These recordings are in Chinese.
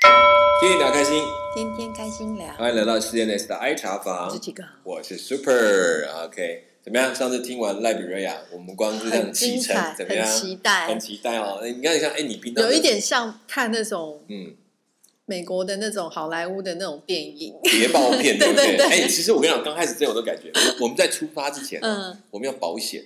天天聊开心，天天开心聊。欢迎来到 CNS 的 I 茶我房是，几个？我是 Super，OK，、怎么样？上次听完赖比瑞亚，我们光是这样很启精程彩，怎么样？很期待很，期待哦。你看一下，哎，你平常有一，点像看那种嗯，美国的那种好莱坞的那种电影。谍报 片，对不对？对哎，其实我跟你讲，刚开始这种都感觉，我我们在出发之前，嗯我们要保险，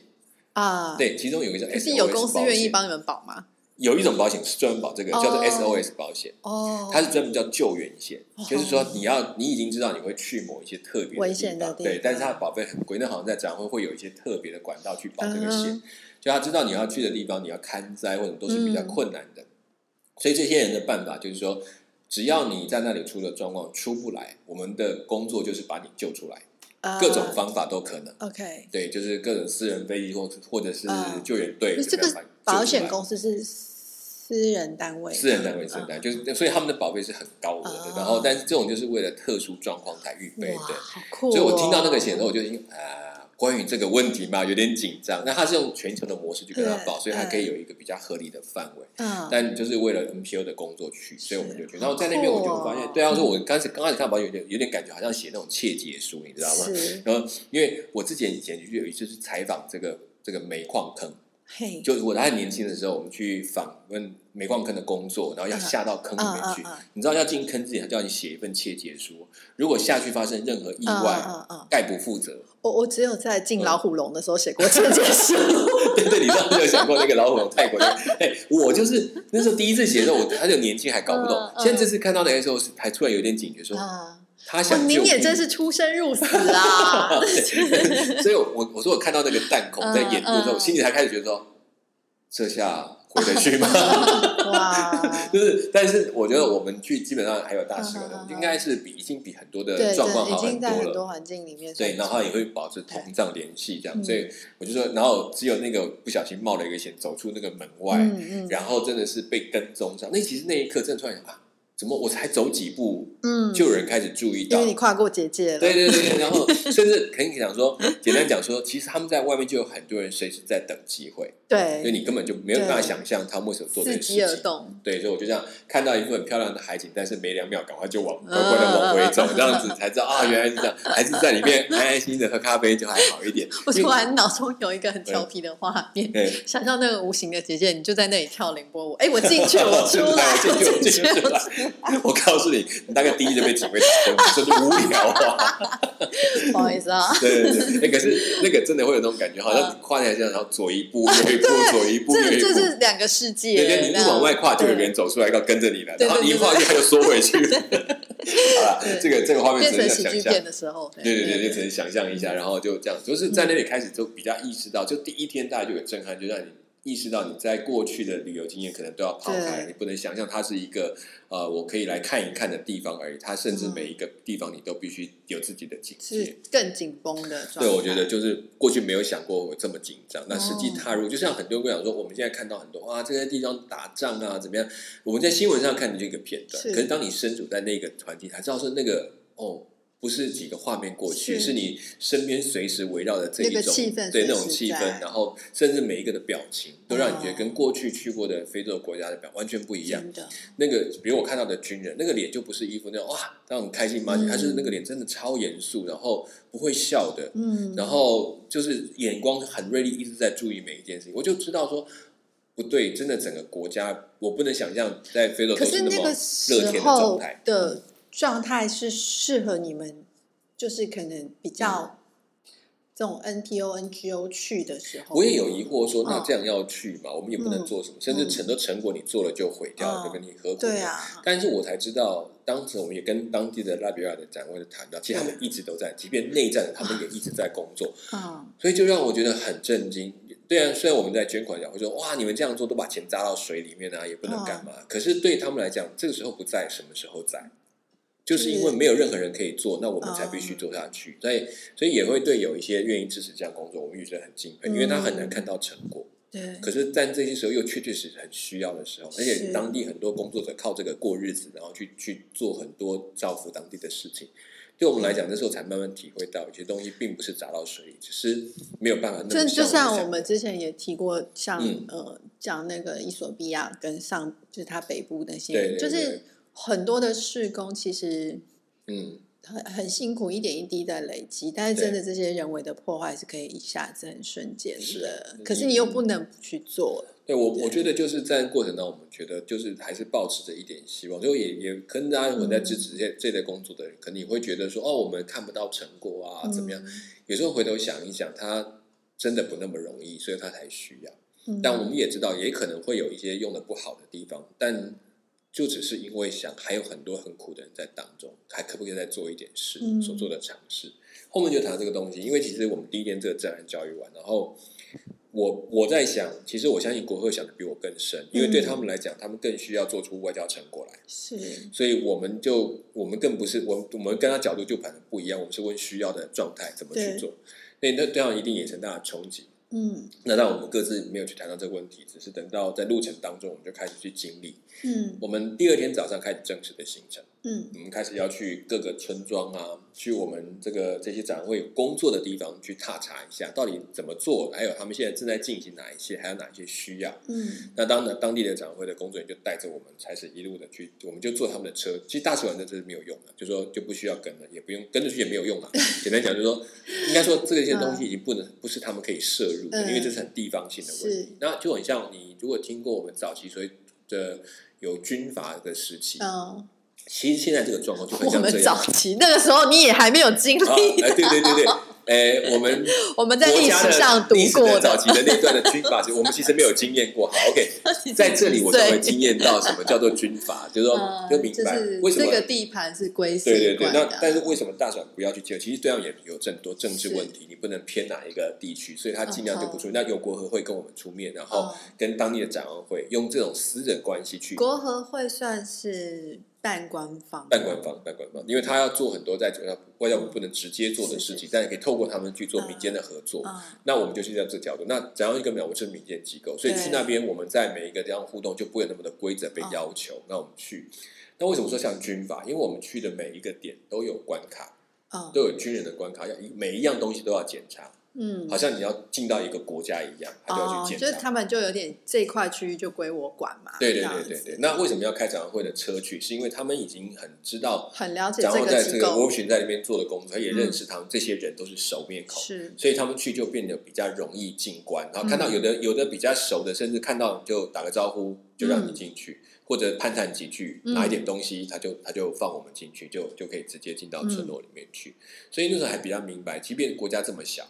啊，，对，其中有一个叫可 SOS 是有公司愿意保险，帮你们保吗？有一种保险是专门保这个，叫做哦 SOS 保险。哦，它是专门叫救援险，哦就是说你要你已经知道你会去某一些特别的地方危险的地方对，但是它的保费很贵，那好像在展会会有一些特别的管道去保这个险，嗯就他知道你要去的地方，你要看灾或者都是比较嗯困难的，所以这些人的办法就是说，只要你在那里出了状况出不来，我们的工作就是把你救出来，啊各种方法都可能。 OK，对，就是各种私人飞机或或者是啊救援队，那这怎么样个把你保救出来险公司是私人单位吗，私人单位、私人单位，就是所以他们的保费是很高额的啊哦。然后，但是这种就是为了特殊状况才预备位，的哇，。好酷！哦所以我听到那个险的时候，，我就已经啊，关于这个问题嘛，有点紧张。那他是用全球的模式去跟他报，对所以他可以有一个比较合理的范围。嗯，但就是为了 NPO 的工作去，所以我们就去。然后在那边，好酷我哦就发现，对啊，说我刚开始刚开始看保险，有点有点感觉好像写那种切结书，你知道吗？是然后，因为我之前以前就有一次是采访这个这个煤矿坑，嘿，就是我还年轻的时候，我们去访问煤矿坑的工作，然后要下到坑里面去嗯嗯嗯嗯嗯。你知道要进坑之前，他叫你写一份切结书，如果下去发生任何意嗯外，嗯嗯嗯嗯，嗯概不负责。我我只有在进老虎笼的时候写过 这件事。对对，你上次有想过那个老虎龙泰国的？哎，我就是那时候第一次写的时候，我还有年轻还搞不懂嗯。嗯现在这次看到那个 SOS，还突然有点警觉，说啊，他哇想救您也你真是出生入 死啊！所以我我说我看到那个弹孔在演出的时候，嗯嗯我心里才开始觉得说，这下回得 去吗？哇，就是，但是我觉得我们去基本上还有大使馆嗯的嗯，嗯应该是比已经比很多的对状况对，已好经在多很了。多环境里面算对，是，然后也会保持通胀联系这样，嗯所以我就说，然后只有那个不小心冒了一个险，走出那个门外，嗯嗯然后真的是被跟踪上。那其实那一刻真的突然想啊，怎么我才走几步，嗯，就有人开始注意因到为？你跨过结界了，对对对，对然后甚至可以讲说，简单讲说，其实他们在外面就有很多人随时在等机会，所以对，你根本就没有办法对想象他们为什么做这伺件事机而情。动，对，所以我就这样看到一幅很漂亮的海景，但是没两秒，赶快就嗯往乖乖的往回走，这样子才知道啊，原来是这样，还是在里面安安心心的喝咖啡就还好一点。 我因突为然脑中有一个很调皮的画面。对，想象那个无形的结界，你就在那里跳凌波舞。哎，我进去，我出 来，我进去，我进进去，去，我我出进去。我告诉你，你大概第一就被警卫打昏，真的无聊啊。来不好意思 啊，对对对，哎，可是那个真的会有那种感觉，好像你跨在这样，然后左一步，右一 步，左一步，右嗯这一这步。是两个世界。对对，你一往外跨，就有对一个人走出来要跟着你了，对对然后你一对跨去，他又缩回去。好了对，这个这个画面只变成能喜想剧象。片的嗯时候，对对对，就只能想象一下，然后就这样，就是在那里开始就比较意识到，就第一天大家就有震撼，就让你意识到你在过去的旅游经验可能都要抛开，对你不能想象它是一个呃我可以来看一看的地方而已，它甚至每一个地方你都必须有自己的警嗯是戒。更紧绷的状态。对，我觉得就是过去没有想过我这么紧张。那哦实际踏入，就像很多人讲说，我们现在看到很多啊，这些地方打仗啊，怎么样？我们在新闻上看的这个片段，是可是当你身处在那个团体，才知道说那个哦，不是几个画面过去，是是你身边随时围绕的这一种那个气氛对随时那种气氛，在然后甚至每一个的表情，都让你觉得哦跟过去去过的非洲国家的表完全不一样。真的，那个，比如我看到的军人，那个脸就不是衣服那种哇，那种开心马戏，嗯他就是那个脸真的超严肃，然后不会笑的，嗯，然后就是眼光很锐利，一直在注意每一件事情。我就知道说不对，真的整个国家，我不能想象在非洲可都是那那么个热时天的状候态。的状态是适合你们，就是可能比较这种 NPO、NGO 去的时候。我也有疑惑说，那嗯这样要去嘛？我们也不能嗯做什么，甚至很多成果你做了就毁掉了，嗯就跟你何苦？对。啊，但是我才知道，当时我们也跟当地的拉比亚的展位的谈到，其实他们一直都在，即便内战，他们也一直在工作。嗯，所以就让我觉得很震惊。对啊，虽然我们在捐款讲会说哇，你们这样做都把钱砸到水里面啊，也不能干嘛。可是对他们来讲，这个时候不在，什么时候在？就是因为没有任何人可以做，那我们才必须做下去。所以，所以也会对有一些愿意支持这样工作，我们也觉得很敬佩，因为他很难看到成果。对，可是，在这些时候又确确实实很需要的时候，而且是当地很多工作者靠这个过日子，然后去去做很多造福当地的事情。对我们来讲，那时候才慢慢体会到，有些东西并不是砸到水里，只是没有办法那就么就像我想们之前也提过，像嗯呃，讲那个伊索比亚跟上，就是它北部那对些，对就对是很多的事工其实嗯，很很辛苦，一点一滴在累积，但是真对的这些人为的破坏是可以一下子很瞬间的是，嗯可是你又不能不去做，对我对我觉得就是在过程当中，我们觉得就是还是保持着一点希望，就也也可能大家如果在支持这这类工作的人，可能你会觉得说哦，我们看不到成果啊，嗯怎么样？有时候回头想一想，他真的不那么容易，所以他才需要。嗯？但我们也知道，也可能会有一些用的不好的地方，但就只是因为想还有很多很苦的人在当中，还可不可以再做一点事嗯所做的尝试。后面就谈到这个东西，因为其实我们第一天这个自然教育完，然后我我在想，其实我相信国会想的比我更深，因为嗯对他们来讲，他们更需要做出外交成果来。是所以我们就我们更不是我我们跟他角度就反正不一样，我们是问需要的状态怎么去对做，那那这样一定也是很大的冲击。嗯那让我们各自没有去谈到这个问题，只是等到在路程当中，我们就开始去经历。嗯我们第二天早上开始正式的行程，嗯我们开始要去各个村庄啊，去我们这个这些展会有工作的地方去踏查一下，到底怎么做，还有他们现在正在进行哪一些，还有哪一些需要。嗯那当然，当地的展会的工作人员就带着我们开始一路的去，我们就坐他们的车。其实大使馆在这是没有用的，就说就不需要跟了，也不用跟着去也没有用 啊。简单讲，就是说，应该说这些东西已经不能不是他们可以摄入的，嗯因为这是很地方性的问是题。那就很像你如果听过我们早期所谓的有军阀的时期，嗯，其实现在这个状况就很我像这们样。早期那个时候你也还没有经啊，历，哎，对对对对，哎，我们我们在历史上国家的读历史过的早期的那段的军阀，我们其实没有经验过。好，OK，在 这里我稍微经验到什么叫做军 阀，就是说嗯就明就白是为什这么个地盘是归谁对对对。管那的啊？但是为什么大选不要去介入？其实这样也有很多政治是嗯问题，你不能偏哪一个地区，所以他尽量就不出。那由国合会跟我们出面，然后哦跟当地的展望会用这种私人关系去国合会算是半官方，半官，方，半官方，因为他要做很多在外交外交部不能直接做的事是情是，但也可以透过他们去做民间的合作。嗯那我们就是在这角度。那展望一个秒，我们是民间机构，所以对哦去那边我们在每一个地方互动就不会有那么的规则被要求。那我们去，那为什么说像军法？因为我们去的每一个点都有关卡，嗯都有军人的关卡，要一每一样东西都要检查，嗯好像你要进到一个国家一样，他就要哦，去就检是查。他们就有点这一块区域就归我管嘛，对对这样对子对对。那为什么要开展望会的车去？是因为他们已经很知道很了解然后在机这个构嗯 w o r k 在那边做的工作，他也认识他们、这些人都是熟面孔，是所以他们去就变得比较容易进关。然后看到有的、有的比较熟的，甚至看到你就打个招呼就让你进去，或者攀谈几句，嗯拿一点东西，他就他就放我们进去，就就可以直接进到村落里面去。所以那时候还比较明白，即便国家这么小。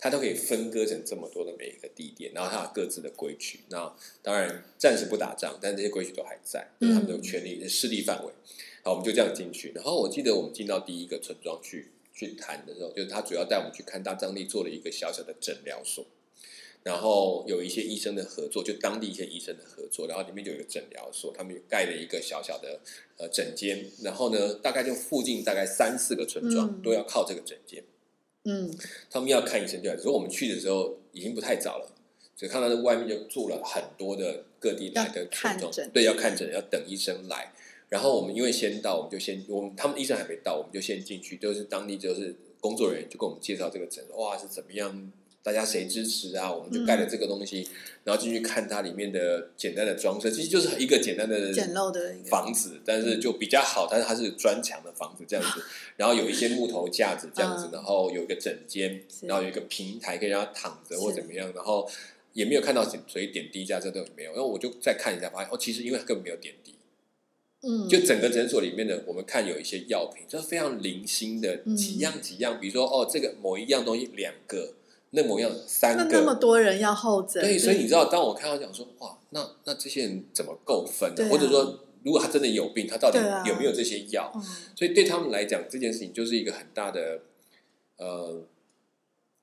它都可以分割成这么多的每一个地点，然后它有各自的规矩。那当然暂时不打仗，但这些规矩都还在，就是他们的嗯权利、势力范围。好，我们就这样进去。然后我记得我们进到第一个村庄去去谈的时候，就是他主要带我们去看大当地做了一个小小的诊疗所，然后有一些医生的合作，就当地一些医生的合作，然后里面就有一个诊疗所，他们有盖了一个小小的呃诊间，然后呢，大概就附近大概三四个村庄、嗯都要靠这个诊间，嗯他们要看医生就来。所以我们去的时候已经不太早了。所以看到那外面就住了很多的各地来的要看群众诊，对，要看诊，要等医生来。然后我们因为先到，我们就先我们他们医生还没到，我们就先进去，就是当地就是工作人员就跟我们介绍这个诊，哇是怎么样，大家谁支持啊？我们嗯就盖了这个东西，然后进去看它里面的简单的装饰，其实就是一个简单的简陋的一个房子，但是嗯就比较好，但是它是砖墙的房子这样 子，然后有一些木头架子这样子嗯，然后有一个枕间，是然后有一个平台可以让他躺着或是怎么样，然后也没有看到谁点滴架这都没有，然后我就再看一下，发现哦，其实因为它根本没有点滴，嗯就整个诊所里面的，我们看有一些药品，就是非常零星的嗯几样几样，比如说哦，这个某一样东西两个，那某一样三那个，那么多人要候诊，对，所以你知道，当我看到讲说，哇，那那这些人怎么够分呢、对啊或者说，如果他真的有病，他到底对啊有没有这些药？嗯所以对他们来讲，这件事情就是一个很大的，呃，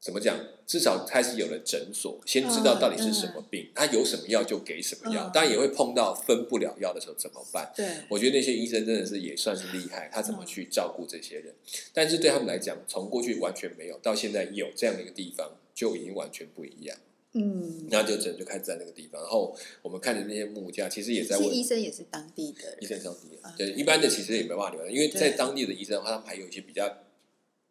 怎么讲？至少开始有了诊所，先知道到底是什么病，他有什么药就给什么药。嗯当然也会碰到分不了药的时候怎么办？对，我觉得那些医生真的是也算是厉害，他怎嗯么去照顾这些人？但是对他们来讲，从过去完全没有到现在有这样的一个地方，就已经完全不一样。嗯，然后就只能就开始在那个地方。然后我们看着那些木架，其实也在是问医生也是当地的医人，生上帝啊对，一般的其实也没办法留，因为在对当地的医生的话，他们还有一些比较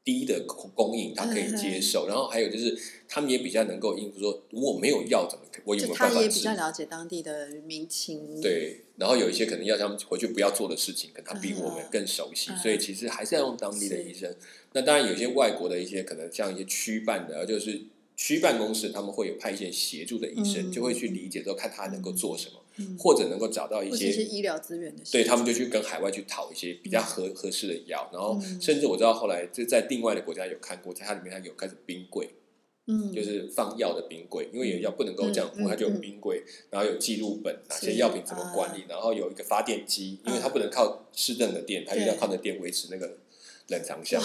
低的供供应，他可嗯以接受。然后还有就是，他们也比较能够应付说，我没有药怎么，我有没就有他办法也比治较？了解当地的民情，，对，然后有一些可能要他们回去不要做的事情，可能他比我们嗯更熟悉，嗯所以其实还是要用当地的是医生。那当然有些外国的一些可能像一些区办的，就是区办公室，他们会有派一些协助的医生，嗯就会去理解，说看他能够做什么，嗯，或者能够找到一或些者是医疗资源的事情，对他们就去跟海外去讨一些比较合、合适的药，然后嗯甚至我知道后来就在另外的国家有看过，在它里面它有开始冰柜，嗯，就是放药的冰柜，因为有药不能够这样嗯嗯放，它就有嗯冰柜，然后有记录本，哪些是啊药品怎么管理，然后有一个发电机，因为它不能靠市政的电，它就对要靠着电维持那个冷藏箱。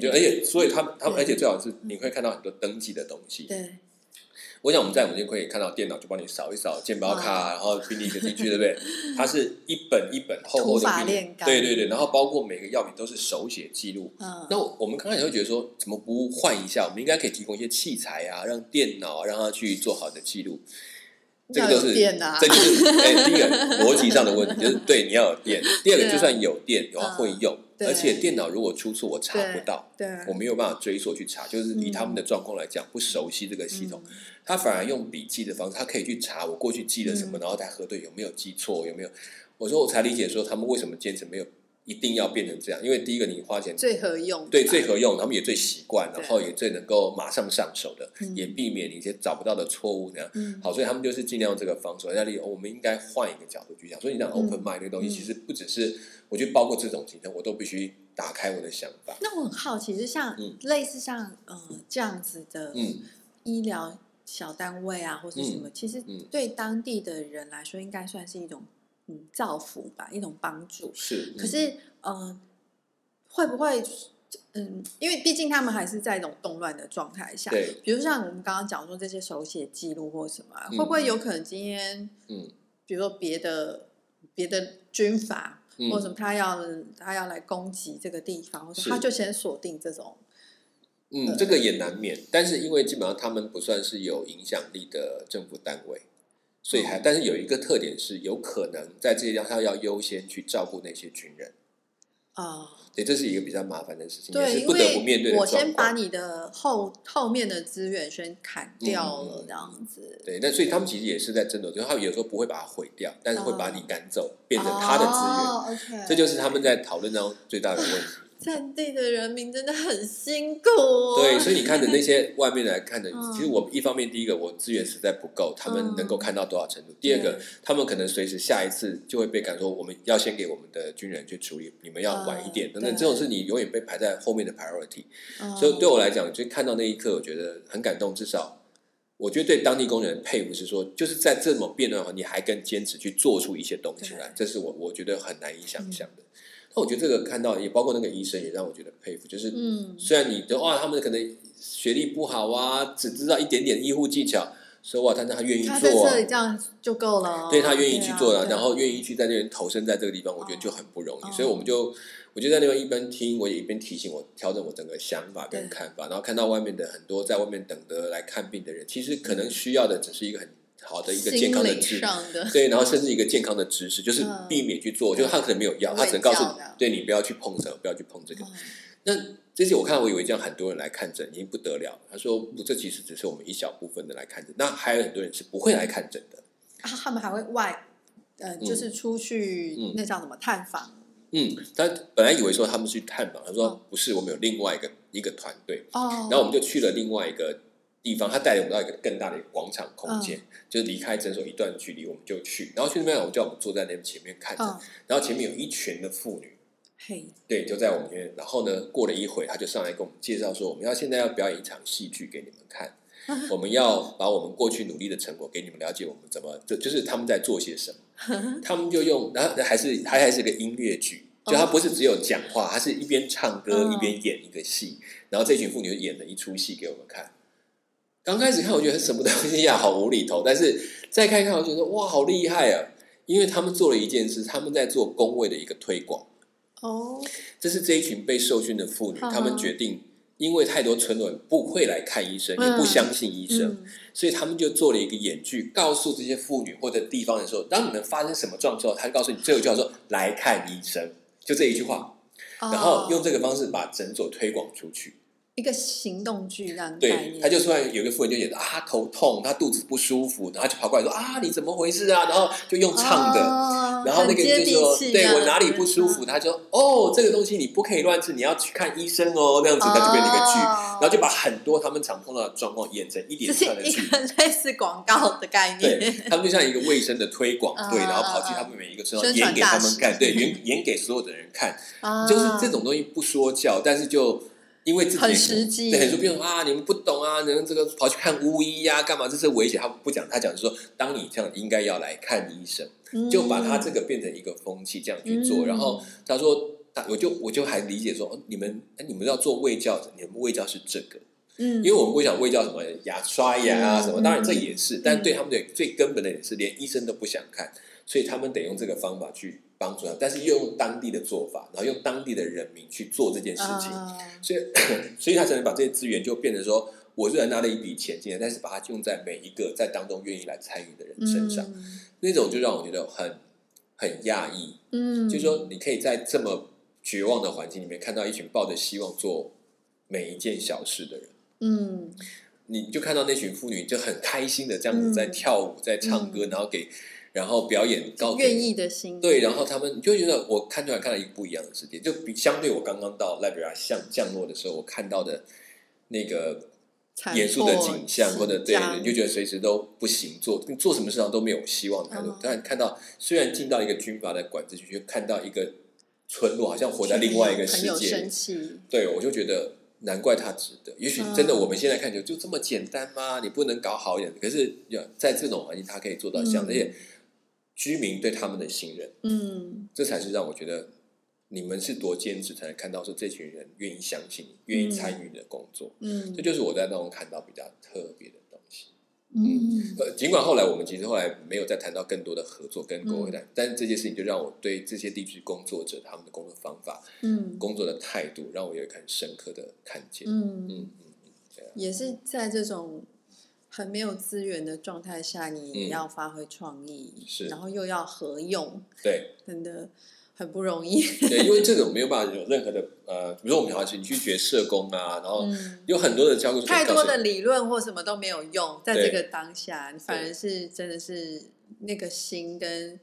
就而且所以他们他们而且最好是你会看到很多登记的东西，嗯对，我想我们在我们就可以看到电脑就帮你扫一扫健保卡，然后病历的进去，对不对？它是一本一本厚厚土的法病历炼，钢对对对，然后包括每个药品都是手写记录。嗯，那我们刚开始会觉得说，怎么不换一下？我们应该可以提供一些器材啊，让电脑啊让它去做好的记录。这个要都有是，电啊这就是哎，第 一个逻辑上的问题，就是对你要有电；第二个，对啊就算有电，我要嗯会用，对而且电脑如果出错，我查不到，对，啊我没有办法追溯去查，就是以嗯他们的状况来讲，不熟悉这个系统。嗯他反而用笔记的方式，他可以去查我过去记了什么，嗯然后再核对有没有记错，有没有。我说我才理解说他们为什么坚持没有一定要变成这样，因为第一个你花钱最合用，对最合用，他们也最习惯，然对后也最能够马上上手的，嗯也避免你一些找不到的错误那样。嗯，好，所以他们就是尽量用这个方式。那里我们应该换一个角度去想，所以你讲 open mind 这个东西，嗯其实不只是我去包括这种情况，我都必须打开我的想法。那我很好奇，就像嗯类似像呃这样子的嗯医疗小单位啊，或是什么，其实嗯对当地的人来说，应该算是一种嗯造福吧，一种帮助。是，可嗯是，嗯、呃，会不会，嗯，因为毕竟他们还是在一种动乱的状态下，对，比如像我们刚刚讲说这些手写记录或什么啊，嗯会不会有可能今天，嗯比如说别的别的军阀嗯或者什么，他要他要来攻击这个地方，或者是他就先锁定这种，嗯，这个也难免，但是因为基本上他们不算是有影响力的政府单位，所以还、嗯但是有一个特点是，有可能在这些地方他要优先去照顾那些军人，啊。对，这是一个比较麻烦的事情，也对，是因不得不面对为的我状先把况。你的后后面的资源先砍掉嗯嗯了，嗯这样子。对，那所以他们其实也是在争夺，就是他们有时候不会把它毁掉，但是会嗯把你赶走，变成他的资哦，OK，源，这就是他们在讨论当中最大的问 题。战地的人民真的很辛苦、哦。对，所以你看着那些外面来看的，嗯其实我一方面第一个我资源实在不够，他们嗯能够看到多少程度；第二个对，他们可能随时下一次就会被赶说，我们要先给我们的军人去处理，你们要晚一点嗯等等。对这种事你永远被排在后面的 priority。嗯所以对我来讲，就看到那一刻，我觉得很感动。至少我觉得对当地工人佩服是说，就是在这么变乱的环境，你还跟坚持去做出一些东西来对，嗯这是我我觉得很难以想象的。那我觉得这个看到，也包括那个医生，也让我觉得佩服，就是嗯虽然你的哇，他们可能学历不好啊，只知道一点点医护技巧，说哇，但是他愿意他在做、这里啊，这样就够了哦、对他愿意去做了、啊，然后愿意去在那边投身在这个地方，我觉得就很不容易。哦所以我们就，我就在那边一边听，我也一边提醒我调整我整个想法跟对看法，然后看到外面的很多在外面等得来看病的人，其实可能需要的只是一个很好的一个健康的嗯心治理上的对，然后甚至一个健康的知识，就是嗯避免去做，就是他可能没有药，他只能告诉你卫教的，对你不要去碰什么，不要去碰这个。嗯那这些我看，我以为这样很多人来看诊已经不得了。他说，不这其实只是我们一小部分的来看诊，那还有很多人是不会来看诊的。啊他们还会外，呃，就是出去、嗯那叫什么探访嗯，他本来以为说他们去探访，他哦说不是，我们有另外一个一个团队，哦然后我们就去了另外一个地方，他带我们到一个更大的广场空间，嗯就是离开诊所一段距离，我们就去，然后去那边，我们叫我们坐在那边前面看诊，嗯，然后前面有一群的妇女，嘿，对，就在我们前面。然后呢，过了一会，他就上来跟我们介绍说，我们要现在要表演一场戏剧给你们看，我们要把我们过去努力的成果给你们了解，我们怎么，这就是他们在做些什么。他们就用，然后还是还还是个音乐剧，就他不是只有讲话，他是一边唱歌嗯一边演一个戏。然后这群妇女就演了一出戏给我们看。刚开始看，我觉得什么东西呀、好无厘头。但是再看一看，我觉得哇，好厉害啊！因为他们做了一件事，他们在做工位的一个推广。哦，这是这一群被受训的妇女，嗯她们决定，因为太多村人不会来看医生，也不相信医生，嗯，所以他们就做了一个演剧，告诉这些妇女或者地方人说，当你们发生什么状况之后，他就告诉你这句话说来看医生，就这一句话，哦然后用这个方式把诊所推广出去。一个行动剧这样的概对，念他就突然有一个妇人就觉得啊，他头痛，他肚子不舒服，然后就跑过来说啊，你怎么回事啊？然后就用唱的，哦然后那很个接人就地说，气对这样我哪里不舒服？嗯他就哦，这个东西你不可以乱吃，你要去看医生哦，那样子，他就变成一个剧，哦然后就把很多他们常碰到的状况演成一这连是串的一剧。个类似广告的概对念，他们就像一个卫生的推广队，嗯然后跑去嗯嗯他们每一个村庄宣演传给他大们使看， 对，演演给所有的人看，啊就是这种东西不说教，但是就因为自己很实际对，很多病人说啊，你们不懂啊，你们这个跑去看巫医呀、干嘛？这是危险。他不讲，他讲说，当你这样应该要来看医生，哦就把他这个变成一个风气这样去做。嗯然后他说，他我就我就还理解说，哦你们哎你们要做卫教，你们卫教是这个，嗯，因为我们卫教卫教什么牙刷牙啊嗯什么，当然这也是，但对他们的最根本的也是连医生都不想看，所以他们得用这个方法去帮助他，但是又用当地的做法，然后用当地的人民去做这件事情。啊所以 所以他才能把这些资源就变成说，我虽然拿了一笔钱进来，但是把它用在每一个在当中愿意来参与的嗯人身上，那种就让我觉得很很讶异。嗯，就是说，你可以在这么绝望的环境里面，看到一群抱着希望做每一件小事的人。嗯，你就看到那群妇女就很开心的这样子在嗯跳舞，在唱歌，然后给，然后表演，高愿意的心，对，然后他们你就会觉得我看出来看到一个不一样的世界，就比相对我刚刚到赖比亚降降落的时候，我看到的那个残严肃的破景象，或者紧对，张你就觉得随时都不行，做你做什么事上都没有希望的态度嗯。但看到虽然进到一个军阀的管制区，却看到一个村落，好像活在另外一个世很有界生里，气，对我就觉得。难怪他值得，也许真的嗯我们现在看就就这么简单吗？你不能搞好一点，可是要在这种环境，他可以做到像嗯这些居民对他们的信任，嗯这才是让我觉得你们是多坚持，才能看到说这群人愿意相信你、愿意参与你的工作。嗯这就是我在当中看到比较特别的东西。嗯呃，尽管后来我们其实后来没有再谈到更多的合作跟嗯国会谈，但是这件事情就让我对这些地区工作者他们的工作方法、嗯工作的态度，让我有一个很深刻的看见。嗯嗯嗯也是在这种很没有资源的状态下，你嗯也要发挥创意，是然后又要合用，对真的很不容易。对，因为这种没有办法有任何的呃，比如说我们好像你去学社工啊，然后嗯，有很多的教科书太告多诉的你理论或什么都没有用，在对这个当下，你反而是真的是那个心跟。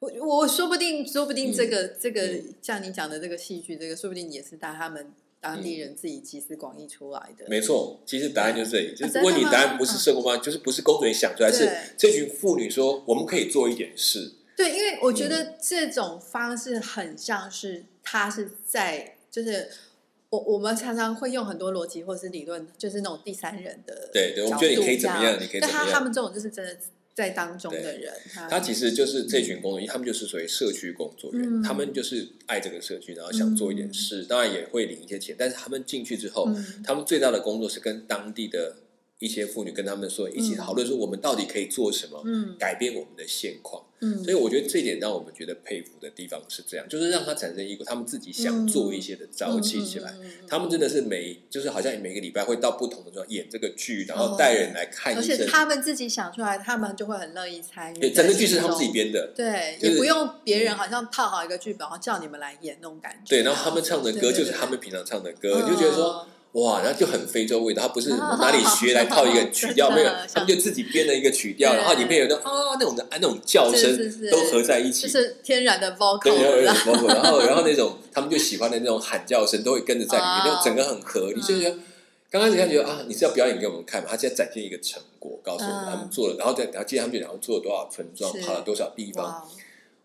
我我说不定，说不定这个、这个嗯像你讲的这个戏剧，这个说不定也是当他们当地人自己集思广益出来的。嗯没错，其实答案就是这里。就是啊真的问你吗嗯答案不是社工方案，就是不是工作人员想出来，对是这群妇女说我们可以做一点事。对，因为我觉嗯得这种方式很像是他是在，就是我我们常常会用很多逻辑或是理论，就是那种第三人的对对我们觉角得你度可以怎么这样你可以怎但么他样他们这种就是真的在当中的人，他其实就是这群工作人员，他们就是属于社区工作人员，嗯他们就是爱这个社区，然后想做一点事，当然也会领一些钱。但是他们进去之后，嗯他们最大的工作是跟当地的一些妇女跟他们说，一起嗯讨论说我们到底可以做什么，嗯改变我们的现况。嗯，所以我觉得这一点让我们觉得佩服的地方是这样，就是让他产生一股他们自己想做一些的朝气起来。嗯，嗯嗯嗯他们真的是每就是好像每个礼拜会到不同的地方演这个剧，然后带人来看而医且生。他们自己想出来，他们就会很乐意参与。对，整个剧是他们自己。编的，对，就是也不用别人好像套好一个剧本，然后叫你们来演那种感觉。对，然后他们唱的歌啊对对就是对嗯他们平常唱的歌，你就觉得说哇，然后就很非洲味道，他不是啊哪里学来套一个曲调， 真的没有，他像们就自己编了一个曲调，对然后里面有那种啊那种的啊那种叫声是是是都合在一起就，是天然的 vocal，对，然后有然点后 vocal，然后然后那种他们就喜欢的那种喊叫声都会跟着在里面，哦就整个很合理，嗯就觉得。刚开始看觉得啊，你是要表演给我们看嘛？他现在展现一个成果，告诉我们嗯他们做了，然后再然后接着他们就然后做了多少村庄，是跑了多少地方。哇，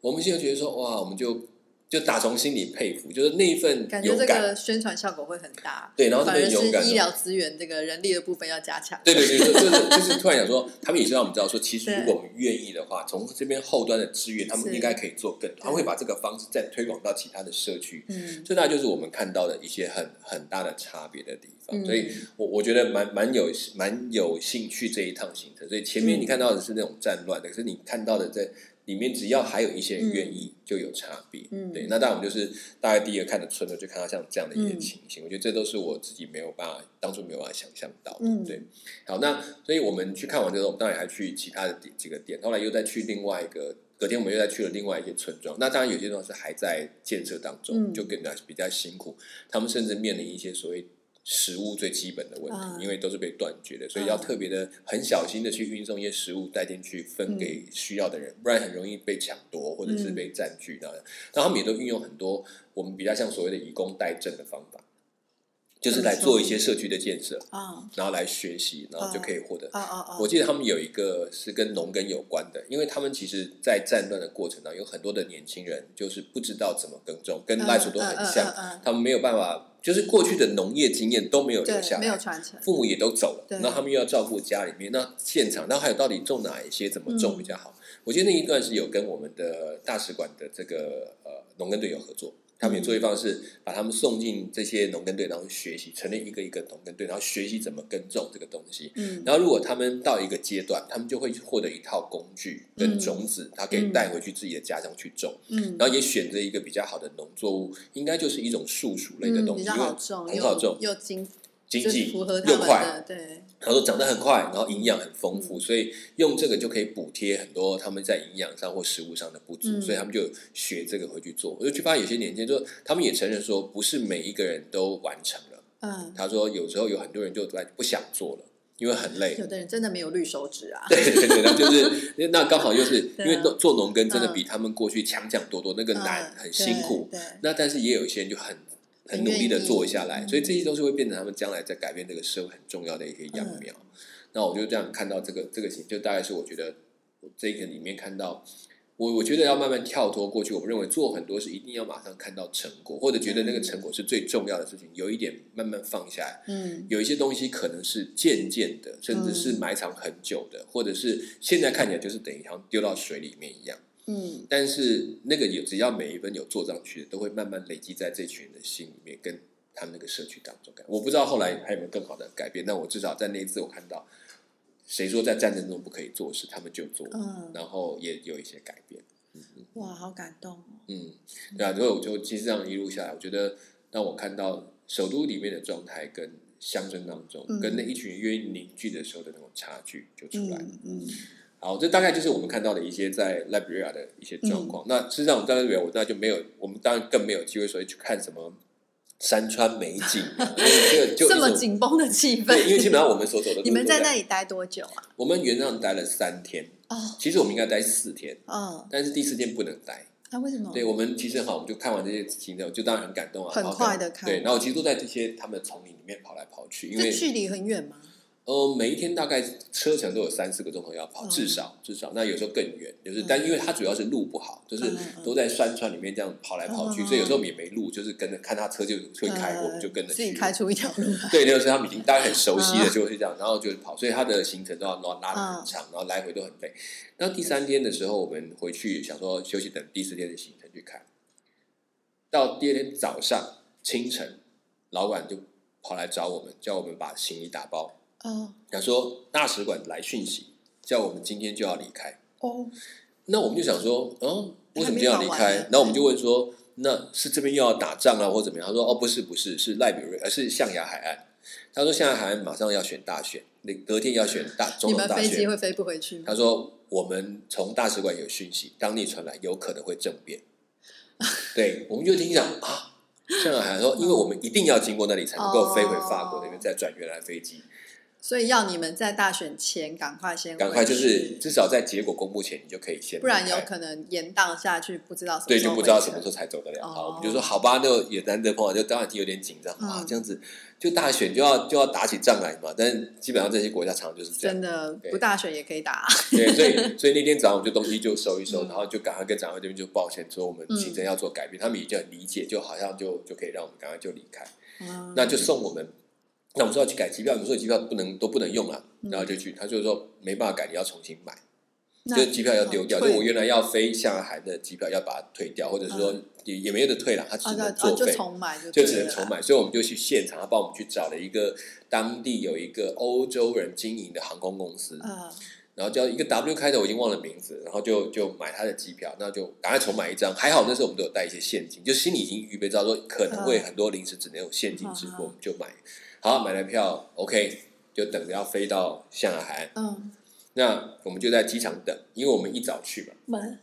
我们现在觉得说哇，我们就就打从心里佩服，就是那一份感觉勇这敢，个宣传效果会很大。对，然后那反而份勇敢是，医疗资源这个人力的部分要加强。对对对，就就是就是突然想说，他们也是让我们知道说，其实对如果我们愿意的话，从这边后端的资源，他们是应该可以做更多，他们会把这个方式再推广到其他的社区。嗯，最大就是我们看到的一些很很大的差别的地方，嗯所以我我觉得蛮蛮有蛮有兴趣这一趟行程。所以前面嗯你看到的是那种战乱的，可是你看到的在里面，只要还有一些人愿意，就有差别。嗯对，那当然我们就是大概第一个看的村落，就看到像这样的一嗯些情形，我觉得这都是我自己没有办法当初没有办法想象到的。嗯对，好，那所以我们去看完之后，我们当然还去其他的地几个点，后来又再去另外一个隔天我们又再去了另外一些村庄，那当然有些地方是还在建设当中，嗯就更加比较辛苦。他们甚至面临一些所谓食物最基本的问题，嗯因为都是被断绝的，所以要嗯特别的很小心的去运送一些食物带进去分给需要的人，不然很容易被抢夺或者是被占据那样。然后他们也都运用很多我们比较像所谓的以工代赈的方法，就是来做一些社区的建设，啊然后来学习，然后就可以获得啊啊啊我！记得他们有一个是跟农耕有关的，因为他们其实，在战乱的过程当中，有很多的年轻人就是不知道怎么耕种，跟赖鼠都很像，嗯嗯嗯嗯他们没有办法，就是过去的农业经验都没有留下对，没有来，传承，父母也都走了，对那他们又要照顾家里面，那现场，那还有到底种哪一些，怎么种比较嗯好？我记得那一段是有跟我们的大使馆的这个呃农耕队有合作。他们也做一方是把他们送进这些农耕队，然后学习成立一个一个农耕队，然后学习怎么耕种这个东西。嗯，然后，如果他们到一个阶段，他们就会获得一套工具跟种子，他可以带回去自己的家乡去种，嗯，然后也选择一个比较好的农作物，应该就是一种树薯类的嗯东西，比较因为好种，很又好种，又经经就是济符合他又们快，的，对，然后长得很快，然后营养很丰嗯富，所以用这个就可以补贴很多他们在营养上或食物上的不足，嗯所以他们就学这个回去做。我就去发现有些年轻人就他们也承认说，不是每一个人都完成了。嗯，他说，有时候有很多人就来不想做了，因为很累，有的人真的没有绿手指啊， 对对对，那就是 那那刚好就是因对啊为做做农耕真的比他们过去强强多多，那个难嗯很辛苦。对，那但是也有一些人就很很很努力的愿意做下来，嗯嗯所以这些都是会变成他们将来在改变这个社会很重要的一些样苗。那我就这样看到这个这个情，就大概是我觉得我这个里面看到。我我觉得要慢慢跳脱过去，我们认为做很多事一定要马上看到成果，或者觉得那个成果是最重要的事情，有一点慢慢放下来，嗯有一些东西可能是渐渐的，甚至是埋藏很久的，或者是现在看起来就是等于好像丢到水里面一样。嗯但是那个也只要每一分有做上去的，都会慢慢累积在这群人的心里面，跟他们那个社区当中。我不知道后来还有没有更好的改变，但我至少在那一次我看到，谁说在战争中不可以做事，他们就做，嗯，然后也有一些改变。哇，好感动哦，嗯，对啊，所以我就其实这样一路下来，我觉得让我看到首都里面的状态跟乡村当中，嗯跟那一群愿意凝聚的时候的那种差距就出来。嗯嗯好，这大概就是我们看到的一些在 Liberia 的一些嗯状况。那事实上，我们在 Liberia，我那就没有，我们当然更没有机会所以去看什么山川美景 啊，因为这个就这么一种紧绷的气对，因为氛，基本上我们所走的路， 你们在那，里待多久啊？我们原上待了三天，哦，其实我们应该待四天，嗯，但是第四天不能待。那为什么？对我们其实很好，我们就看完这些行程，就当然很感动啊，哦很然后快跟地看对，完然后其实都在这些他们的丛林里面跑来跑去，因这为距离很远吗？呃每一天大概车程都有三四个钟头要跑，嗯至少至少，那有时候更远，就是但因为它主要是路不好，就是嗯嗯嗯都在山川里面这样跑来跑去，嗯嗯所以有时候我们也没路，就是跟着看他车就会开，呃我们就跟着自己去。开出一条路啊来，对，那个时候他们已经大家很熟悉了，嗯就会这样，然后就跑，所以他的行程都要拉拉的很长，然后来回都很累。然后第三天的时候，我们回去想说休息，等第四天的行程去看。到第二天早上清晨，老板就跑来找我们，叫我们把行李打包，哦他说大使馆来讯息，叫我们今天就要离开。哦，那我们就想说，嗯，为什么还没这样离忙完开呢？然后我们就问说，那是这边又要打仗啊，或怎么样？他说，哦，不是，不是，是赖比瑞，而是象牙海岸。他说，象牙海岸马上要选大选，那隔天要选大总你统们大飞机选。会飞不回去吗？他说，我们从大使馆有讯息，当地传来有可能会政 变。对，我们就听讲啊，象牙海岸说，因为我们一定要经过那里才能够飞回法国那边，哦再转原来飞机。所以要你们在大选前赶快先赶快，就是回去至少在结果公布前，你就可以先离开，不然有可能延宕下去，不知道什么对，时就候不知道回什么程时候才走得了。哦好，我们就说好吧，那也难得碰到，就当然就有点紧张嗯啊，这样子就大选就要就要打起仗来嘛。但是基本上这些国家常常就是这样真，的对不大选也可以打， 对，所以所以那天早上我们就东西就收一收，嗯然后就赶快跟长官这边就抱歉说我们嗯行程要做改变，他们也就很理解，就好像就就可以让我们赶快就离开，嗯那就送我们。那我们说要去改机票，我们说机票不能都不能用了，嗯然后就去，他就说没办法改，你要重新买。那就是机票要丢掉，嗯就退嗯我原来要飞向海的机票要把它退掉，或者是说也也没得退了，它只啊对能啊作就废，重买就就对只能了重啦买。所以我们就去现场，他帮我们去找了一个当地有一个欧洲人经营的航空公司，嗯然后叫一个 W 开头，我已经忘了名字，然后就就买他的机票，那就赶快重买一张。还好那时候我们都有带一些现金，就心里已经预备知道说可能会嗯很多临时只能有现金支嗯付，嗯我们就买。好，买了票，OK，就等着要飞到象牙海岸。嗯，那我们就在机场等，因为我们一早去嘛。门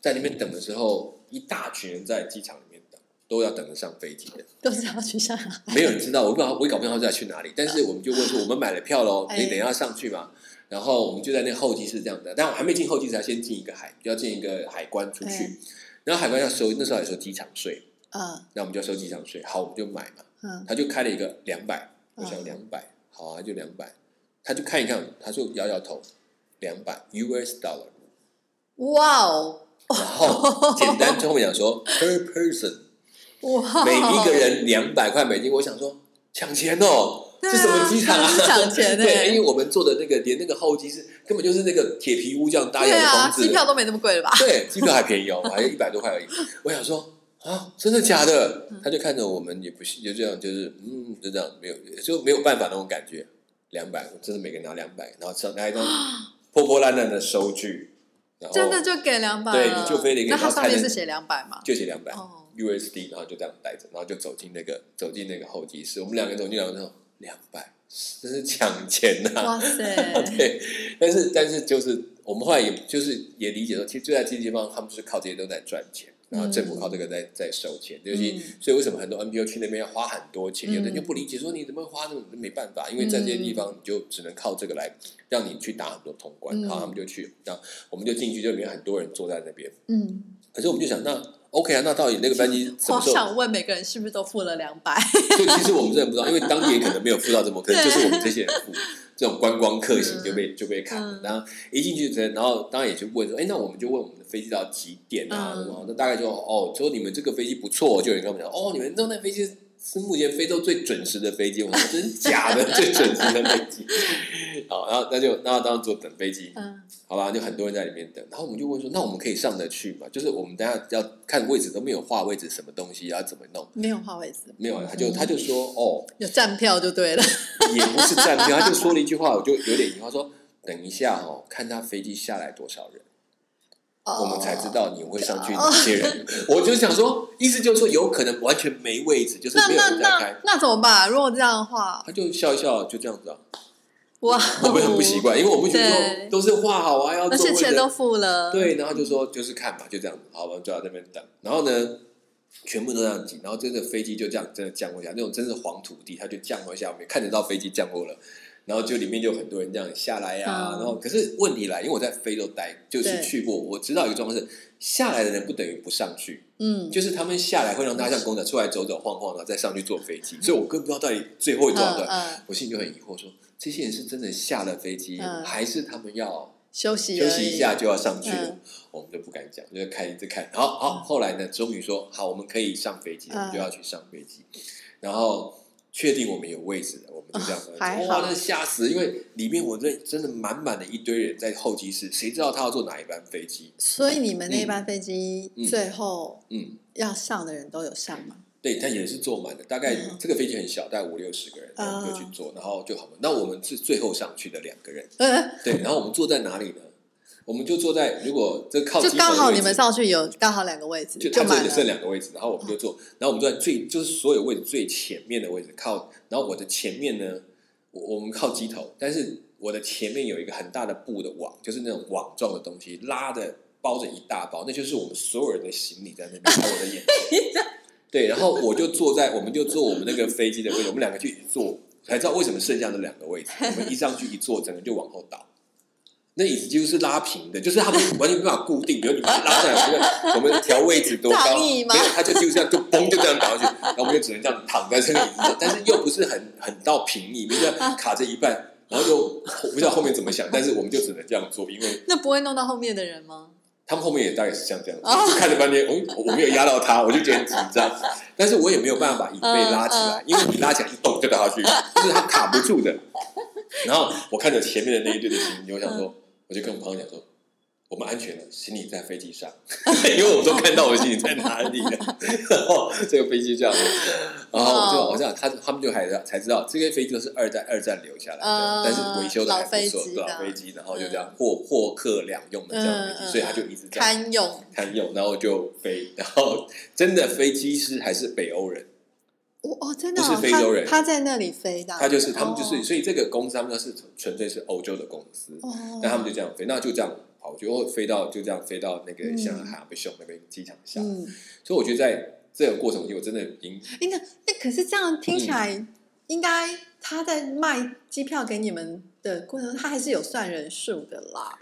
在那边等的时候，一大群人在机场里面等，都要等着上飞机的。都是要去上啊海。没有人知道，我不知道，我也搞不清楚要去哪里。但是我们就问说，我们买了票喽，哎你等一下要上去嘛？然后我们就在那个候机室这样的，但我还没进候机室，还先进一个海，要进一个海关出哎去。然后海关要收，那时候还收机场税，嗯那我们就要收机场税。好，我们就买嘛。嗯他就开了一个两百，我嗯想两百，好啊，就两百。他就看一看，他就摇摇头，两百 US dollar。哇哦，然后简单最后面讲说 per person， 哇！哦每一个人两百块美金。我想说抢钱哦，对啊这什么机场真的是 抢钱欸对，因为我们坐的那个连那个候机室根本就是那个铁皮屋这样搭对洋的啊，房子，机票都没那么贵了吧？对，机票还便宜哦，还一百多块而已。我想说啊，真的假的？嗯他就看着我们也不信，就这样，就是嗯，就这样，没有就没有办法那种感觉。两百，我真的每个人拿两百，然后上拿一张破破烂烂的收据，然后啊真的就给两百，对你就非得给那它然后上看面着是写两百嘛？就写两百 哦 USD，然后就这样带着，然后就走进那个走进那个候机室，我们两个走进来之后，两百，真是抢钱呐、哇塞！ 对，但是但是就是我们后来也就是也理解说，其实最大经济方他们就是靠这些都在赚钱，然后政府靠这个在在收钱，就是、嗯所以为什么很多 NPO 去那边要花很多钱，有的人嗯就不理解说你怎么会花那么没办法，因为在这些地方你就只能靠这个来让你去打很多通关，嗯然后他们就去，然后我们就进去，就里面很多人坐在那边，嗯，可是我们就想那。OK 啊，那到底那个班机什我么时候？想问每个人是不是都付了两百？ 就其实我们真的不知道，因为当地也可能没有付到这么， 可能就是我们这些人付。这种观光客型就被、就被砍了嗯，然后一进去之后，然后当然也就问说，哎，那我们就问我们的飞机到几点啊？嗯什么？那大概就哦，说你们这个飞机不错，就有人跟我们讲，哦，你们弄那飞机是目前非洲最准时的飞机，我说真是假的， 最准时的飞机。好，然后那就那当然坐等飞机，嗯好吧，就很多人在里面等，然后我们就问说，那我们可以上得去吗？就是我们等一下要看位置都没有画位置，什么东西要怎么弄？没有花位置，没有，啊，他就他就说哦，有站票就对了。也不是站票，他就说了一句话，我就有点疑惑，他说等一下哦，看他飞机下来多少人，我们哦才知道你会上去哪些人。 我就想说，意思就是说有可能完全没位置，就是那没有那人在那开。那怎么办？啊如果这样的话，他就笑一笑，就这样子 啊，哇，我们很不习。惯，因为我们觉得对说都是画好啊，要而坐且位钱的都付了，，对，然后就说就是看吧，就这样子，好，我们就在那边等。然后呢，全部都这样挤，然后真的飞机就这样真的降落下，那种真是黄土地，它就降落下，我们也看得到飞机降落了。然后就里面就有很多人这样下来呀、嗯然后可是问题来，因为我在非洲待，就是对去过，我知道一个状况是，下来的人不等于不上去，嗯，就是他们下来会让大家像公仔出来走走晃晃，然后再上去坐飞机，所以我更不知道到底最后一嗯段的，嗯，我心里就很疑惑说，这些人是真的下了飞机，嗯还是他们要休息休而息已一下，就要上去了，嗯我们就不敢讲，就看一直看。好好，后来呢，终于说好，我们可以上飞机，嗯我们就要去上飞机，然后确定我们有位置了，我们就这样啊。还好哇，那吓死！因为里面我这真的满满的一堆人在候机室，谁知道他要坐哪一班飞机？所以你们那班飞机嗯最后嗯，要上的人都有上 吗？对，但也是坐满的，大概嗯这个飞机很小，大概五六十个人，然后我们就去坐，然后就好嘛。那我们是最后上去的两个人，呃，对，然后我们坐在哪里呢？我们就坐在如果这靠就机刚房的好位你置们上去有刚好两个位置，就他就满只剩了。嗯两个位置，然后我们就坐，然后我们坐在最就是所有位置最前面的位置靠，然后我的前面呢，我我们靠机头，但是我的前面有一个很大的布的网，就是那种网状的东西拉的包着一大包，那就是我们所有人的行李在那边，在我的眼前。对，然后我就坐在，我们就坐我们那个飞机的位置，我们两个去坐，才知道为什么剩下那两个位置，我们一上去一坐，整个就往后倒。那椅子几乎是拉平的，就是他们完全没办法固定。比如你把它拉上来，我们我们调位置多高，躺没椅有吗，他就就这样就嘣就这样倒下去，然后我们就只能这样躺在这个椅子上，但是又不是很很到平椅，就是卡着一半，然后就我不知道后面怎么想，但是我们就只能这样做，因为那不会弄到后面的人吗？他们后面也大概是像这样子，哦就看着半天，哦，我我没有压到他，我就觉得很紧张，但是我也没有办法椅背拉起哦来，因为你拉起来一动就倒 下去，就是他卡不住的。然后我看着前面的那一堆的行李，我想说，我就跟我朋友讲说，我们安全了，行李在飞机 上，因为我们都看到我的行李在哪里了。然后这个飞机这样，然后我就哦我知道他他们就还才知道这个飞机都是二战二战留下来的嗯，但是维修的还不错老飞，机对的老飞机，然后就这样货货客两用的这样的飞嗯嗯机，所以他就一直这样堪用 堪用，然后就飞，然后真的飞机师还是北欧人，哦哦，真的、哦，不是非洲人他，他在那里飞的啊，他就是他们就是，哦所以这个公司他们是纯粹是欧洲的公司，哦，那他们就这样飞，那就这样跑，就飞到就这样飞到那个嗯像海北熊那边机场下，嗯，所以我觉得在这个过程中，我真的已经哎，那那可是这样听嗯起来，应该他在卖机票给你们的过程中，他还是有算人数的啦。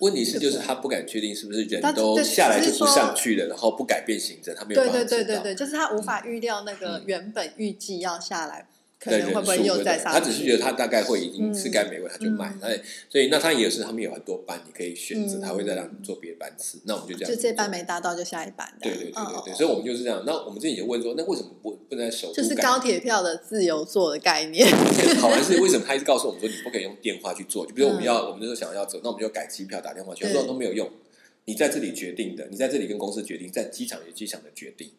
问题是，就是他不敢确定是不是人他都对下来只就是不说上去了，然后不改变行程，他没有对办法对对知对道。对，就是他无法预料那个嗯原本预计要下来，可对能人会数不会又对再对上去。他只是觉得他大概会已经是该没位，他就卖嗯。那、所以那他也是他们有很多班你可以选择，嗯他会再让你做别的班次。那我们就这样，就这班。没搭到就下一班这对样。对对嗯对对，嗯所以我们就是这样。那我们自己就问说，那为什么不不能在首就都是改高 铁票的自由座的概念。好玩是为什么他一直告诉我们说你不可以用电话去做？就比如我们要、我们那时候想要走，那我们就改机票打电话去，他嗯对说都没有用。你在这里决定的，你在这里跟公司决定，在机场有机场的决定。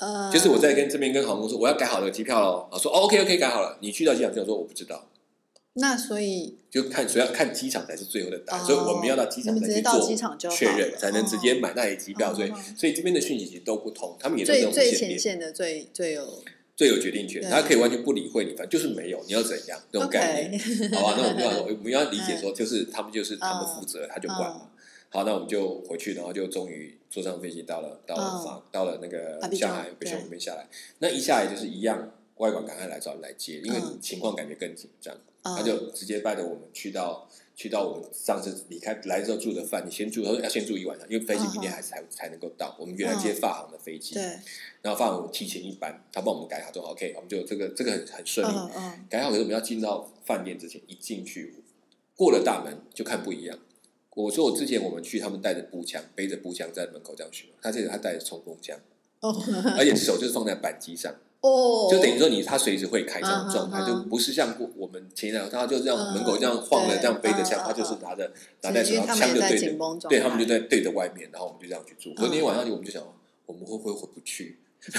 呃，就是我在跟这边跟航空公司，我要改好了机票喽。啊，说、哦、OK OK 改好了，你去到机场之后说我不知道，那所以就看主要看机场才是最后的答案，哦啊所以我们要到机场你才们直去接到机场就做好确认，了嗯才能直接买那里机票。哦所以哦所以这边的讯息其实都不同，他们也都是最我最们见前面线的最最有最有决定权，对他可以完全不理会你，反正就是没有，你要怎样这种概念。 OK，嗯好吧，那我们 要我们要理解说，就是他们就是他们负责，他就管嘛。好，那我们就回去，然后就终于坐上飞机到了，到了嗯法，到了那个阿比上海江北对熊那边下来，那一下来就是一样，外管赶快来找你来接，因为嗯情况感觉更紧张，嗯他就直接带着我们去到去到我们上次离开来的时候住的饭店，先住，他说要先住一晚上，因为飞机明天还才才能够到，我们原来接发航的飞机，嗯对，然后发航我们提前一班，他帮我们改好，说 OK，我们就这个这个很很顺利，嗯嗯，改好可是我们要进到饭店之前，一进去过了大门就看不一样。我说我之前我们去，他们带着步枪，背着步枪在门口这样巡逻，他这个他带着冲锋枪，哦而且手就是放在扳机上，哦， 就等于说你他随时会开枪的状态，嗯嗯就嗯不是像过我们前一两他就这样嗯门口这样晃了，对这样背着嗯枪，嗯他就是嗯拿着拿在手因为上，他枪们就也在对紧着，绷状态，对他们就在对着外面，然后我们就这样去住。嗯隔天晚上就我们就想，我们会不会回不去？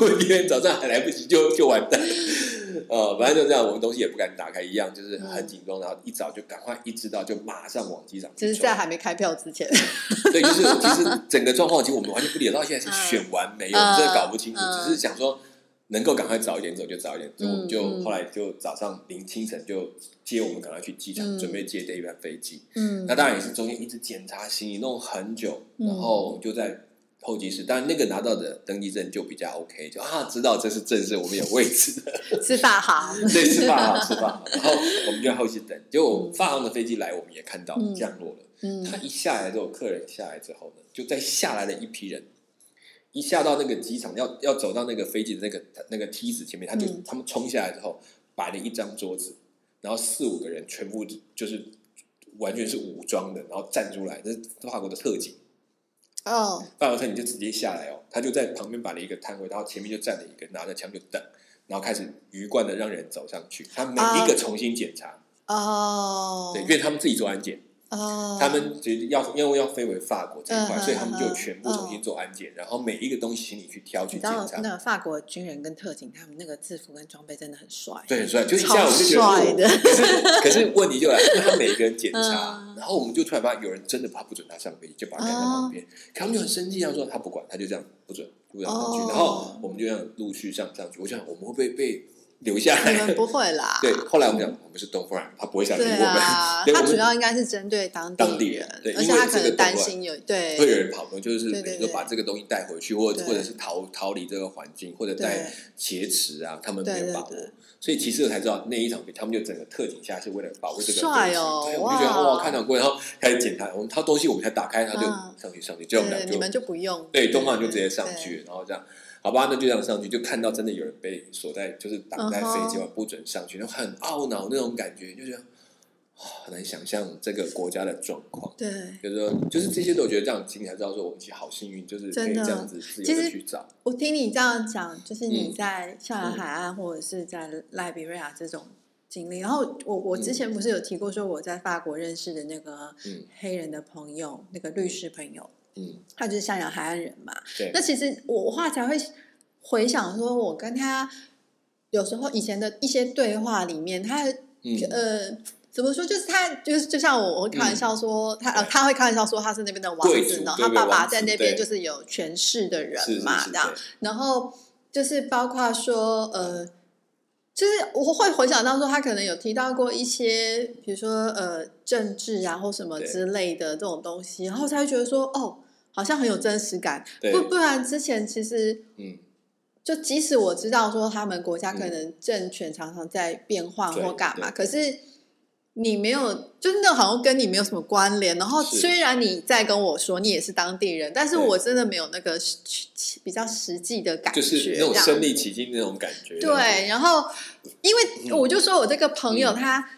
我今天早上还来不及就就完蛋了， 呃，反正就这样，我们东西也不敢打开，一样就是嗯很紧绷，然后一早就赶快一知道就马上往机场就去是冲在还没开票之前， 对，就是其实整个状况，其实我们完全不理解，到现在是选完没有，嗯真的搞不清楚，嗯只是想说能够赶快早一点走就早一点，所以我们就嗯嗯后来就早上临清晨就接我们赶快去机场，嗯准备接这一班飞机。嗯那当然也是中间一直检查行李弄很久，嗯然后我们就在候机室，当然那个拿到的登记证就比较 OK，就啊知道这是正式，我们有位 置的，吃法好，对，啊是发航是发航，然后我们就在候机室等，结果发航的飞机来，我们也看到嗯降落了。嗯他一下来之后，客人下来之后呢，就再下来了一批人，一下到那个机场，要要走到那个飞机的那个那个梯子前面，他就、嗯他们冲下来之后，摆了一张桌子，然后四五个人全部就是完全是武装的，然后站出来，这是法国的特警，哦，法国特警就直接下来哦，他就在旁边摆了一个摊位，然后前面就站了一个拿着枪就等，然后开始鱼贯的让人走上去，他每一个重新检查，哦，对，因为他们自己做安检。哦，他们觉得要因为要飞回法国这一块，嗯嗯所以他们就嗯全部重新做安检，然后每一个东西请你去挑去你知检道查，那个法国军人跟特警，他们那个制服跟装备真的很帅，对，很帅。就一下超我就觉得哇，帅的，可是可是问题就来，因为他每一个人检查嗯，然后我们就突然发现有人真的他不准他上飞机，就把他赶到旁哦边，可他们就很生气，他说他不管，他就这样不准不让上去，哦然后我们就这样陆续上上去，我想我们会不会被留下你们来？不 会啦，对，后来我们讲我们是东方人，他不会想理对我们，啊，对我他们主要应该是针对当当地人人对，而因且为他可这个能担动乱心有对会有人跑的，就是对比对如说对把这个东西带回去，或对或者是逃逃离这个环境，或者带挟持啊，他们没有把握对对对。所以其实我才知道那一场比他们就整个特警下是为了保护这个帅哦飞机对，我就觉得哇哇，看到过，然后开始检查，我们他东西我们才打开，他就嗯上去上去，就我们对，俩你就们就不用，对，东方就直接上去，然后这样，好吧，那就这样上去，就看到真的有人被锁在，就是挡在嗯哼飞机外不准上去，就很懊恼那种感觉，就觉得啊很难想象这个国家的状况。对，对。就是说，就是这些都我觉得这样听才知道说我们其实好幸运，就是可以真的这样子自其由的实去找。我听你这样讲，就是你嗯在下兰海岸或者是在赖比瑞亚这种经历，然后我我之前不是有提过说我在法国认识的那个嗯黑人的朋友，那个律师朋友，嗯，他就是下洋海岸人嘛。对那，其实我我后来才会回想说，我跟他有时候以前的一些对话里面，他嗯，呃。怎么说？就是他，就是就像我，我会开玩笑说他，呃，对他会开玩笑说他是那边的王贵子族，然后对他对爸爸王子在那边对就是有权势的人是是嘛，是这样。然后就是包括说，呃，就是我会回想到说，他可能有提到过一些，比如说呃，政治啊或什么对之类的这种东西，然后才会觉得说，哦，好像很有真实感。对不不然之前其实嗯，就即使我知道说他们国家可能政权常常在变换对或干嘛，对可是你没有，就是那好像跟你没有什么关联。然后是虽然你在跟我说你也是当地人，但是对我真的没有那个实比较实际的感觉，就是那这种样身临其境那种感觉。对，然后因为我就说我这个朋友嗯他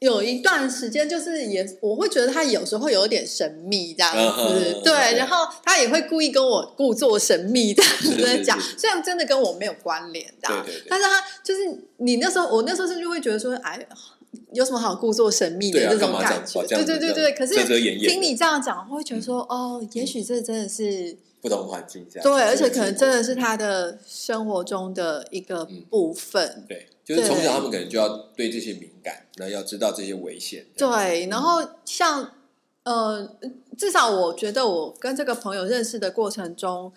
有一段时间就是也，我会觉得他有时候有点神秘这样嗯嗯嗯子嗯，对嗯，然后他也会故意跟我故作神秘这样是子在是讲，是虽然真的跟我没有关联这样对对对，但是他就是你那时候，我那时候甚至会觉得说，哎。有什么好故作神秘的对啊这种干嘛这样感觉？把这样对对子对这嗯样对，可是遮遮掩掩的听你这样讲，我会觉得说，哦，也许这真的是不同环境下，对，而且可能真的的是他的生活中的一个嗯部分。对，就是从对小他们可能就要对这些敏感，然后要知道这些危险。对，然后像呃，至少我觉得我跟这个朋友认识的过程中，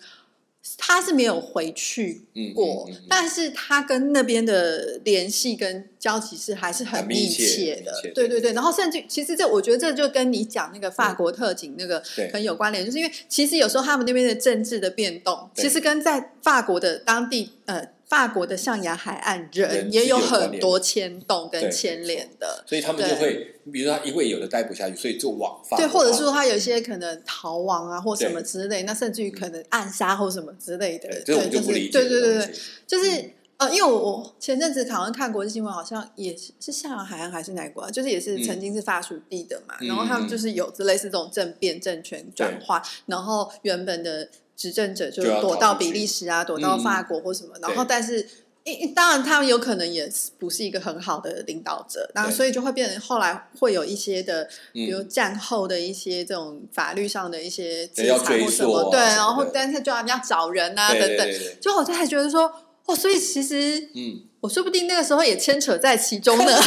他是没有回去嗯过，嗯嗯嗯但是他跟那边的联系跟交集是还是很很密切切的密。切对对对，然后甚至其实这我觉得这就跟你讲那个法国特警那个对很有关联，就是因为其实有时候他们那边的政治的变动，对其实跟在法国的当地呃。法国的象牙海岸人人也是有有关很联多牵动跟对牵连的，所以他们就会，比如说他因为有的待不下去，所以就往法对，国或者跑是说他有一些可能逃亡啊，或什么对之类，那甚至于可能暗杀或什么之类的对，，这嗯对，我们就就是不理解。对对对对，，就是嗯呃，因为我我前阵子好像看国际新闻，好像也是是向阳海岸还是哪国啊，就是也是曾经是法属地的嘛，嗯然后他们就是有类似这种政变、政权转换，然后原本的执政者就就要躲逃到出去嗯比利时啊，躲到法国或什么，然后对但是。因因当然，他们有可能也是不是一个很好的领导者，那对所以就会变成后来会有一些的，比如嗯，战后的一些这种法律上的一些制对要裁追或什溯么，啊对，什么然后的但是就要人家找人啊对等对等，对对，就我就才觉得说，哦，所以其实嗯，我说不定那个时候也牵扯在其中 呢，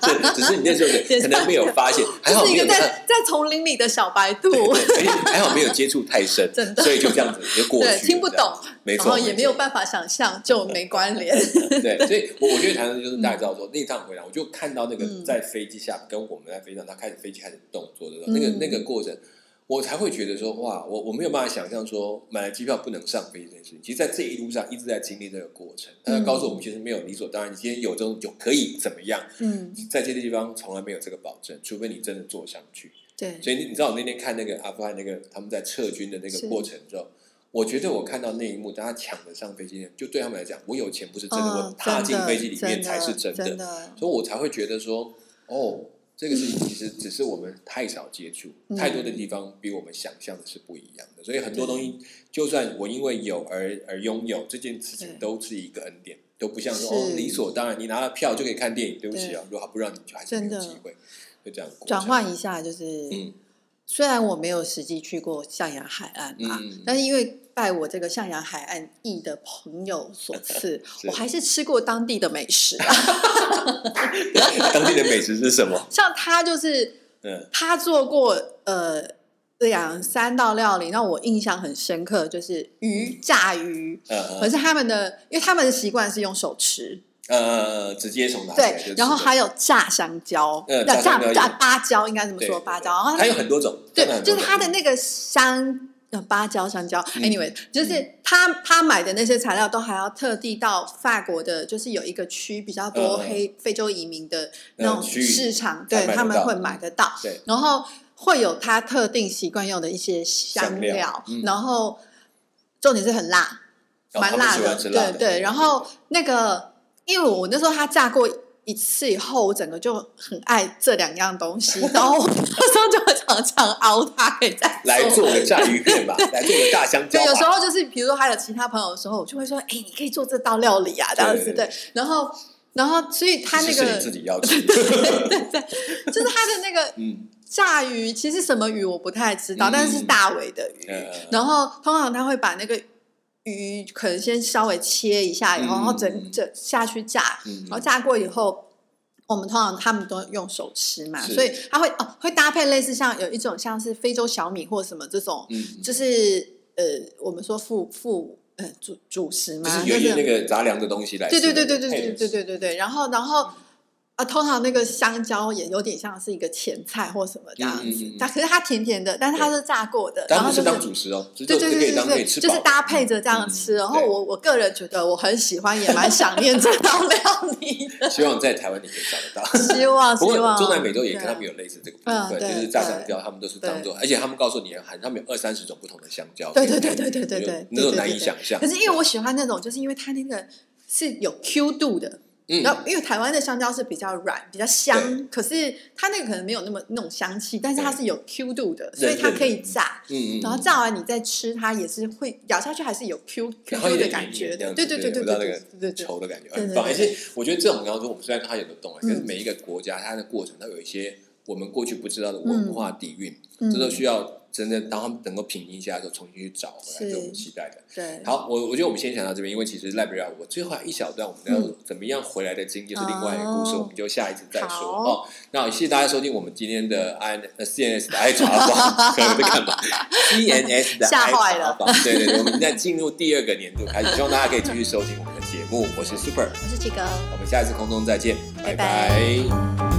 这 只是你那时候可可能没有发现，还好 就是没一有个跟他在在丛林里的小白兔，对哎还好没有接触太深， 真的所以就这样子就过去了，对，听不这样懂，没然错，后也没有办法想象，就没关 联，错对，所以我我觉得谈的就是大家知道说那一趟回来，我就看到那个嗯在飞机下跟我们在飞机上，他开始飞机开始动作的时候，嗯那个那个过程。我才会觉得说哇，我我没有办法想象说买了机票不能上飞机这件事情。其实，在这一路上一直在经历这个过程，他嗯告诉我们其实没有理所当然，你今天有这种就可以怎么样，嗯，在这些地方从来没有这个保证，除非你真的坐上去。对，所以你你知道我那天看那个阿富汗那个他们在撤军的那是个过程之后，我觉得我看到那一幕，大家抢着上飞机，就对他们来讲，我有钱不是真的，我嗯，踏进真的飞机里面才是哦真的，的，所以我才会觉得说，哦，这个事情其实只是我们太少接触，嗯太多的地方比我们想象的是不一样的，所以很多东西，就算我因为有而而拥有这件事情，对都是一个恩典。都不像说是哦理所当然，你拿了票就可以看电影。对不起对啊，如果他不让你，就还是没真有的机会。就这样过转程换一下就是，嗯虽然我没有实际去过象牙海岸啊，嗯但是因为拜我这个象牙海岸裔的朋友所赐 是，我还是吃过当地的美食、 啊， 当地的美食是什么？像他就是嗯，他做过呃两三道料理，让我印象很深刻，就是鱼炸鱼。呃可是他们的，因为他们的习惯是用手吃，呃，直接从哪里来就对是，然后还有炸香蕉，嗯那炸香炸蕉也炸芭蕉应该怎么对说？对芭对蕉，然后它有很多种，真对，很就多是种它的那个香呃芭蕉、香蕉嗯，anyway，、就是他他买的那些材料都还要特地到法国的，就是有一个区比较多嗯嗯黑非洲移民的嗯那种区域市场，才买对得他们到会买得到，对然后会有他特定习惯用的一些香香料嗯然后重点是很辣，然蛮后他们辣喜欢吃辣嗯对对。然后那个，因为我那时候他炸过一次以后，我整个就很爱这两样 东西，然后我那时候就常常熬它，可以再来做做个炸鱼片 吧，来做个炸香蕉对，吧。有时候就是比如说还有其他朋友的时候，我就会说，哎、你可以做这道料理啊，这样子对对对。然后，然后所以他那其实是个你自己 要吃，就是他的那个嗯，炸鱼，其实什么鱼我不太知道，嗯但是是大尾的鱼。嗯然后通常他会把那个鱼可能先稍微切一下，以嗯后然后嗯整嗯整下去炸，嗯然后炸过以后。我们通常他们都用手吃嘛，是所以他会哦会搭配类似像有一种像是非洲小米或什么这种，嗯，就是呃我们说副副呃主主食就吗？是有一就些是那个杂粮的东西来吃，对对对对对配嗯对着对吃对对对。然后然后啊，通常那个香蕉也有点像是一个前菜或什么这样嗯嗯嗯子嗯，它可是它甜甜的，但是它是炸过的，当然然后不是就当是。主食哦，只是对就对是可以对当对可以对，吃就饱嗯是搭配着这样吃。然后我我个人觉得我很喜欢，也蛮想念这道料理 的。希望在台湾你可以找 得到。希望不过希望中南美洲也对跟他们有类似这个部嗯分，对就是炸香蕉，他们都是当做，而且他们告诉你，很他们有二三十种不同的香蕉，对对对对对对就对，那种对难对以对想 象。可是因为我喜欢那种，就是因为它那个是有 Q 度的，嗯然后因为台湾的香蕉是比较软、比较香，可是它那个可能没有那么那种香气，但是它是有 Q 度的，所以它可以炸。嗯嗯，然后炸完你再吃，它也是会咬下去还是有 Q Q 然后 Q 有的点感觉黏黏的，这对样子对对对有到那对个对对对，稠的感觉，对对很棒。而对且我觉得这种我刚刚说，我们虽然它有的懂，可是嗯每一个国家它的过程，它有一些我们过去不知道的文化底蕴，这都嗯，需要真正当他们能够品一下的时候，重新去找回来，是这是我们期待的。对，好，我我觉得我们先讲到这边，因为其实赖不了我最后还有一小段，我们要嗯怎么样回来的经济是另外一个故事，哦我们就下一次再说好哦。那谢谢大家收听我们今天的 I 呃 CNS 的 I 茶坊，在干 嘛？CNS 的 I 吓坏茶了坊，对对对，我们现在进入第二个年度开始，希望大家可以继续收听我们的节目。我是 Super，我是七哥。我们下一次空中再见，拜拜拜拜